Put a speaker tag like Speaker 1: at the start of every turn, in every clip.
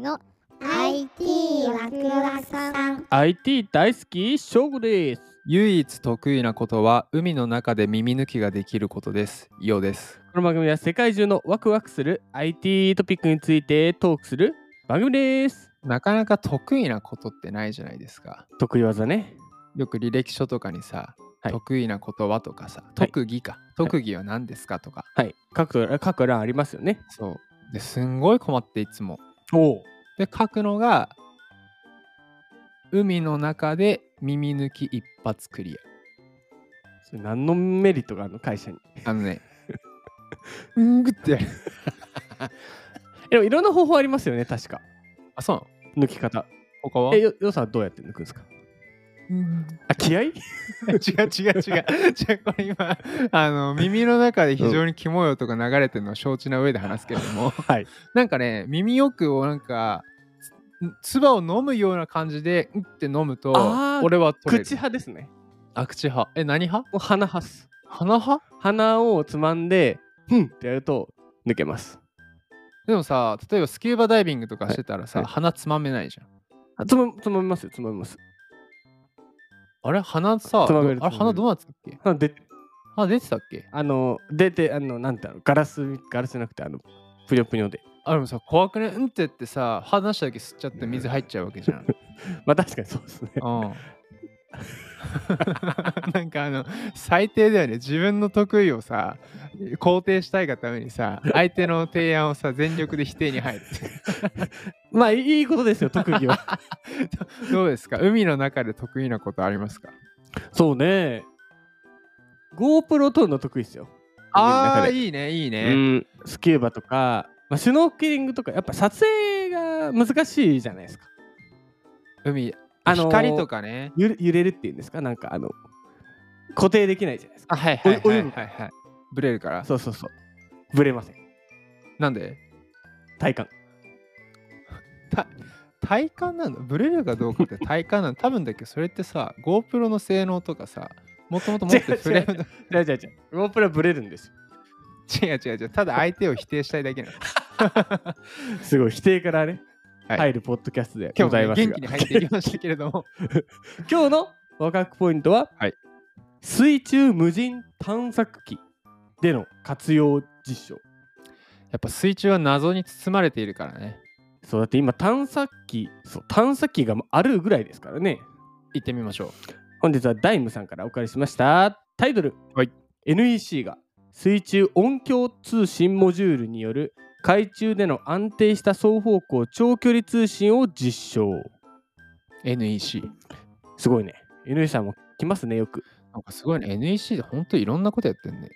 Speaker 1: の IT ワクワクさん
Speaker 2: IT 大好き勝負です
Speaker 3: 唯一得意なことは海の中で耳抜きができることです。イオです。
Speaker 2: この番組は世界中のワクワクする IT トピックについてトークする番組です
Speaker 3: なかなか得意なことってないじゃないですか。
Speaker 2: 得意技ね
Speaker 3: よく履歴書とかにさ、
Speaker 2: はい
Speaker 3: 得意なことはとかさ、
Speaker 2: い
Speaker 3: 特技か、特技は何ですかとか、
Speaker 2: はい書くと書く欄ありますよね
Speaker 3: そう。ですんごい困っていつも。
Speaker 2: おお
Speaker 3: で、書くのが、海の中で耳抜き一発クリ
Speaker 2: それ何のメリットがあるの会社に
Speaker 3: ア。あの ね、うんぐって。
Speaker 2: でもいろんな方法ありますよね確か
Speaker 3: あ、そうなの
Speaker 2: 抜き方
Speaker 3: 他は
Speaker 2: えよよさはどうやって抜くんですか
Speaker 3: うん
Speaker 2: あ気合い
Speaker 3: 違う違う違う違うこれ今あの耳の中で非常にキモい音が流れてるのを承知の上で話すけれども、
Speaker 2: はい
Speaker 3: なんかね耳奥をなんかつ唾を飲むような感じでうって飲むと
Speaker 2: あー
Speaker 3: 俺は取れる
Speaker 2: 口派ですね
Speaker 3: あ口派え何派
Speaker 2: もう鼻派っす
Speaker 3: 鼻派
Speaker 2: 鼻をつまんでふんってやると抜けます
Speaker 3: でもさ例えばスキューバダイビングとかしてたらさ、
Speaker 2: はい
Speaker 3: 鼻つまめないじゃん
Speaker 2: あつまつまみますよつまみます
Speaker 3: あれ鼻さ
Speaker 2: つまめるつま
Speaker 3: あれ
Speaker 2: め
Speaker 3: 鼻
Speaker 2: る
Speaker 3: どうなってたっけ
Speaker 2: なんで
Speaker 3: あ出てたっけ
Speaker 2: あの、出て、あの、なんだろう、ガラス、ガラスじゃなくて、あの、ぷにょぷにょで。
Speaker 3: あでもさ怖くねうんってやってさ話しただけ吸っちゃって水入っちゃうわけじゃん
Speaker 2: まあ、確かにそうですね。
Speaker 3: うん なんかあの最低だよね自分の得意をさ肯定したいがためにさ相手の提案をさ全力で否定に入る
Speaker 2: まあ、いいことですよ、特技は。
Speaker 3: どうですか海の中で得意なことありますか
Speaker 2: そうね。GoPro 撮るの得意ですよ。
Speaker 3: ああ
Speaker 2: い
Speaker 3: いいねいい
Speaker 2: ね。う
Speaker 3: ね、
Speaker 2: ん、スキューバとか、まあ、シュノーケリングとか、やっぱ撮影が難しいじゃないですか。
Speaker 3: 海
Speaker 2: あのー
Speaker 3: 光とかね
Speaker 2: ゆれ揺れるっていうんですか、なんか、あの、固定できないじゃないですか。
Speaker 3: あはいはいはい
Speaker 2: お泳ぐ
Speaker 3: はいはいブレるから
Speaker 2: そうそうそう。ぶれません。
Speaker 3: なんで
Speaker 2: 体感。
Speaker 3: 体感なのブレるかどうかって体感なの多分だけどそれってさ GoPro の性能とかさもともと持ってるフレームと
Speaker 2: じゃじゃじゃ GoPro ぶれるんですよ。
Speaker 3: 違う違う違うただ相手を否定したいだけな の
Speaker 2: すごい、否定からね、
Speaker 3: はい
Speaker 2: 入るポッドキャストで
Speaker 3: 今
Speaker 2: ご
Speaker 3: 日
Speaker 2: ざい
Speaker 3: も
Speaker 2: ま
Speaker 3: ね
Speaker 2: すが。
Speaker 3: 元気に入っていきましたけれども
Speaker 2: 今日のワクワクポイントは、
Speaker 3: はい
Speaker 2: 水中無人探索機での活用実証
Speaker 3: やっぱ水中は謎に包まれているからね
Speaker 2: そうだって今探索機そう探索機があるぐらいですからね
Speaker 3: 行ってみましょ
Speaker 2: 本日はダイムさんからお借りしましたタイトル、
Speaker 3: はい
Speaker 2: NEC が水中音響通信モジュールによる海中での安定した双方向長距離通信を実証
Speaker 3: う NEC
Speaker 2: すごいね NEC さんも来ますねよく
Speaker 3: なんかすごいね NEC で本当いろんなことやってんね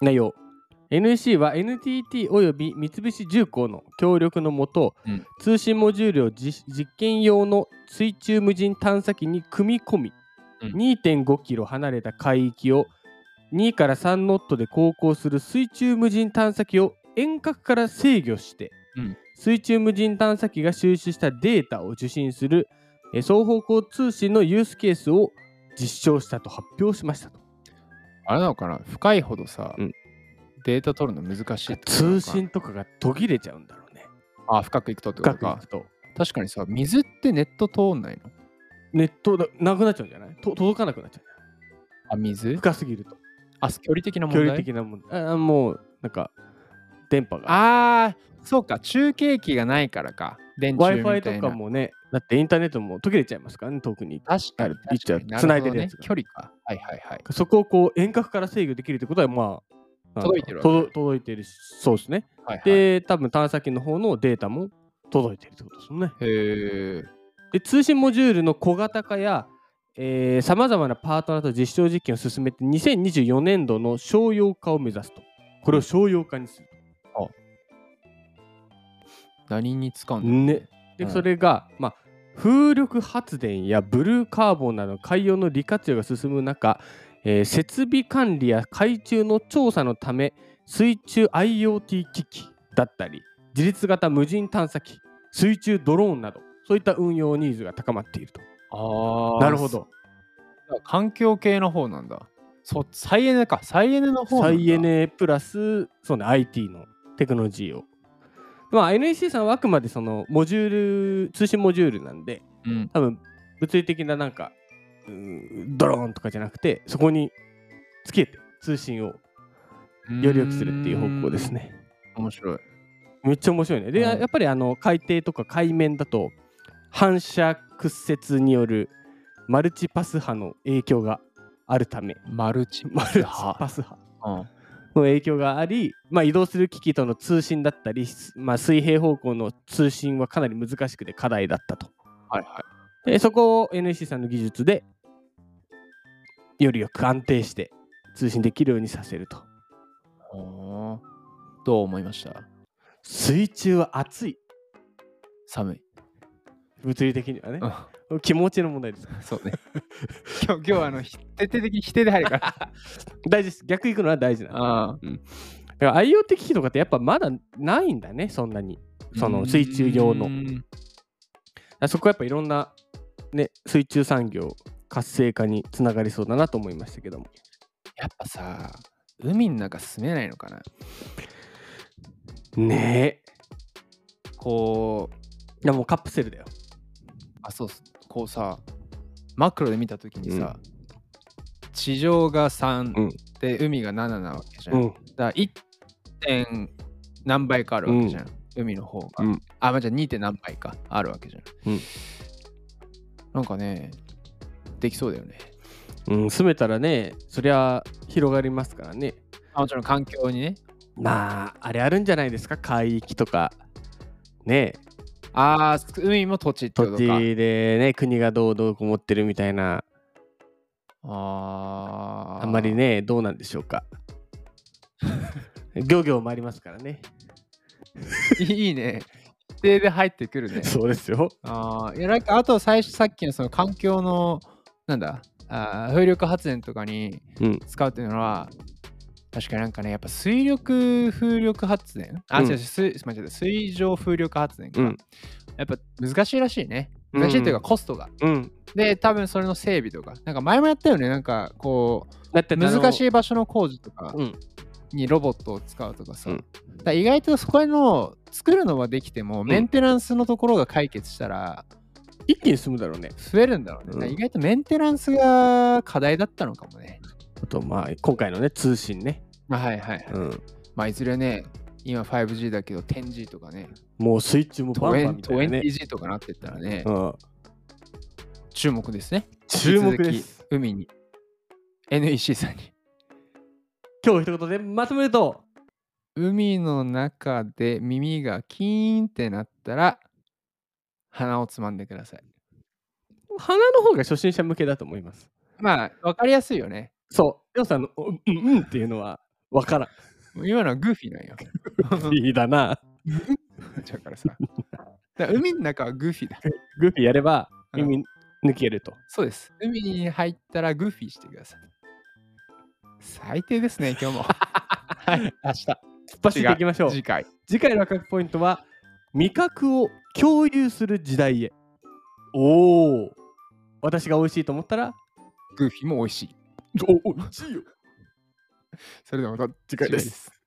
Speaker 2: 内容 NEC は NTT および三菱重工の協力のもと、
Speaker 3: うん
Speaker 2: 通信モジュールを実実験用の水中無人探査機に組み込み、
Speaker 3: うん
Speaker 2: 2.5キロ離れた海域を2から3ノットで航行する水中無人探査機を遠隔から制御して、
Speaker 3: うん
Speaker 2: 水中無人探査機が収集したデータを受信するえー双方向通信のユースケースを実証したと発表しましたと。
Speaker 3: あれなのかな深いほどさ、
Speaker 2: うん
Speaker 3: データ取るの難しいってことなの
Speaker 2: 通
Speaker 3: かな
Speaker 2: 信とかが途切れちゃうんだろうね。
Speaker 3: あ深く行くとってこと
Speaker 2: 深く行
Speaker 3: か
Speaker 2: くと
Speaker 3: 確かにさ水ってネット通んないの
Speaker 2: ネットだなくなっちゃうんじゃないと届かなくなっちゃうんじゃない
Speaker 3: あ水
Speaker 2: 深すぎると
Speaker 3: あ距離的な問
Speaker 2: 距
Speaker 3: 題
Speaker 2: 離的なもんあもうなんか電波が
Speaker 3: あーそうか中継機がないからか電柱
Speaker 2: w i
Speaker 3: み
Speaker 2: f
Speaker 3: たい
Speaker 2: i
Speaker 3: な
Speaker 2: とかもねだってインターネットも途切れちゃいますからね遠くに
Speaker 3: 確
Speaker 2: あ
Speaker 3: かに
Speaker 2: る
Speaker 3: 確かに
Speaker 2: 行っちゃう繋いで
Speaker 3: な
Speaker 2: る
Speaker 3: ほ
Speaker 2: や
Speaker 3: どね
Speaker 2: つが
Speaker 3: 距離かはいはいはい
Speaker 2: そこをこう遠隔から制御できるってことはまあなんだろう
Speaker 3: 届いてるわけ
Speaker 2: 届届いてるしそうですね、
Speaker 3: はいはい
Speaker 2: で多分探査機の方のデータも届いてるってことですよね
Speaker 3: へえ
Speaker 2: で通信モジュールの小型化やさまざまなパートナーと実証実験を進めて2024年度の商用化を目指すとこれを商用化にする
Speaker 3: 何に使うんだろう
Speaker 2: ね、で、
Speaker 3: うん
Speaker 2: それが、まあ、風力発電やブルーカーボンなどの海洋の利活用が進む中、えー設備管理や海中の調査のため水中 IoT 機器だったり自律型無人探査機水中ドローンなどそういった運用ニーズが高まっていると
Speaker 3: ああ
Speaker 2: なるほど
Speaker 3: 環境系の方なんだ。そう、再エネか。再エネの方なんだ。
Speaker 2: 再エ。ネプラスそう、ね、IT のテクノロジーをまあ、NEC さんはあくまでそのモジュール通信モジュールなんで
Speaker 3: うん。
Speaker 2: 多分物理的ななんかうードローンとかじゃなくてそこにつけて通信をより良くするっていう方向ですね。
Speaker 3: うーん。面白い。
Speaker 2: めっちゃ面白いね。で、
Speaker 3: うん
Speaker 2: ややっぱりあの海底とか海面だと反射屈折によるマルチパス波の影響があるため
Speaker 3: マルチ
Speaker 2: マルチパス波
Speaker 3: うん。
Speaker 2: の影響があり、まあ、移動する機器との通信だったり、すまあ、水平方向の通信はかなり難しくて課題だったと。
Speaker 3: はいは
Speaker 2: でそこを NEC さんの技術でよりよく安定して通信できるようにさせると。
Speaker 3: い。おーどう思いました
Speaker 2: 水中は熱い
Speaker 3: 寒い。
Speaker 2: 物理的にはね
Speaker 3: う、ん
Speaker 2: 気持ちの問題です。
Speaker 3: そうね。今日、今日はあの、ひ徹底的に否定で入るから。
Speaker 2: 大事です逆行くのは大事なの
Speaker 3: あ
Speaker 2: だから IoT 機器とかってやっぱまだないんだねそんなにその水中用のだからそこはやっぱいろんな、ね、水中産業活性化につながりそうだなと思いましたけども
Speaker 3: やっぱさ、海の中住めないのかな
Speaker 2: ねえ
Speaker 3: こう、
Speaker 2: いやもうカプセルだよ
Speaker 3: あ、そうっす。こうさ、マクロで見たときにさ、地上が3、
Speaker 2: うん
Speaker 3: で、海が7なわけじゃ
Speaker 2: う
Speaker 3: ん。だ
Speaker 2: ん
Speaker 3: から1点何倍かあるわけじゃん。海の方が。
Speaker 2: うん
Speaker 3: あ、まあ、じゃあ2点何倍かあるわけじゃん。
Speaker 2: うん
Speaker 3: なんかね、できそうだよね。
Speaker 2: うん住めたらねそりゃ広がりますからね
Speaker 3: あもちろん環境にね。
Speaker 2: まああれあるんじゃないですか海域とかねえ
Speaker 3: ああ、す海も土地ってこ
Speaker 2: 土
Speaker 3: と
Speaker 2: 地
Speaker 3: か。
Speaker 2: でね国がどうどうこう持ってるみたいな
Speaker 3: あー
Speaker 2: あんまり。ねどうなんでしょうか 漁業もありますからね
Speaker 3: いいね。否定で入ってくるね。
Speaker 2: そうですよ
Speaker 3: ああ、いや、なんかあと最初さっきのその環境の、なんだ、あー風力発電とかに
Speaker 2: うん
Speaker 3: 使うっていうのは、確かになんかね、やっぱ水力風力発電あ、
Speaker 2: うん
Speaker 3: 違う、水間違えた水上風力発電か、
Speaker 2: うん
Speaker 3: やっぱ難しいらしいね。難しいというかコストが。
Speaker 2: うん
Speaker 3: で、多分それの整備とか、なんか前もやったよね、なんかこう、
Speaker 2: だって
Speaker 3: 難し
Speaker 2: い、
Speaker 3: い場所の工事とか
Speaker 2: うん、
Speaker 3: にロボットを使うとかさ、
Speaker 2: うん
Speaker 3: だから意外とそこへの作るのはできても、メンテナンスのところが解決したら、
Speaker 2: 一気に進むだろうね。
Speaker 3: 増えるんだろうね。
Speaker 2: うん
Speaker 3: だから意外とメンテナンスが課題だったのかもね。
Speaker 2: あとまあ今回のね通信ね、
Speaker 3: まあ、はいはい。
Speaker 2: うん、
Speaker 3: まあいずれね、今 5G だけど 10G とかね、
Speaker 2: もうスイッチもバンバンみたいなね。
Speaker 3: 20G とかなってったらね、
Speaker 2: うん、
Speaker 3: 注目ですね。
Speaker 2: 注目で
Speaker 3: 引き
Speaker 2: す。
Speaker 3: 続き海に。NEC さんに。
Speaker 2: 今日一言でまとめると
Speaker 3: 海の中で耳がキーンってなったら、鼻をつまんでください。
Speaker 2: 花の方が初心者向けだと思います。
Speaker 3: まあ、わかりやすいよね。
Speaker 2: そう、りょうさんのおうんうんっていうのはわから
Speaker 3: 今のはグーフィーな んよ。
Speaker 2: ん。いいだな。
Speaker 3: だからさ。だから海の中はグーフィーだ。
Speaker 2: グーフィーやれば
Speaker 3: うん
Speaker 2: 耳抜けると。
Speaker 3: そうです。海に入ったらグーフィーしてください。最低ですね、今 日も。はい、明日。
Speaker 2: 突っ走っていきましょう。
Speaker 3: 次回。
Speaker 2: 次回の価格ポイントは味覚を共有する時代へ。おお。私が美味しいと思ったら、
Speaker 3: グーフィーも美味しい。
Speaker 2: お、美味しいよ。
Speaker 3: それではまた
Speaker 2: 次回です
Speaker 3: す。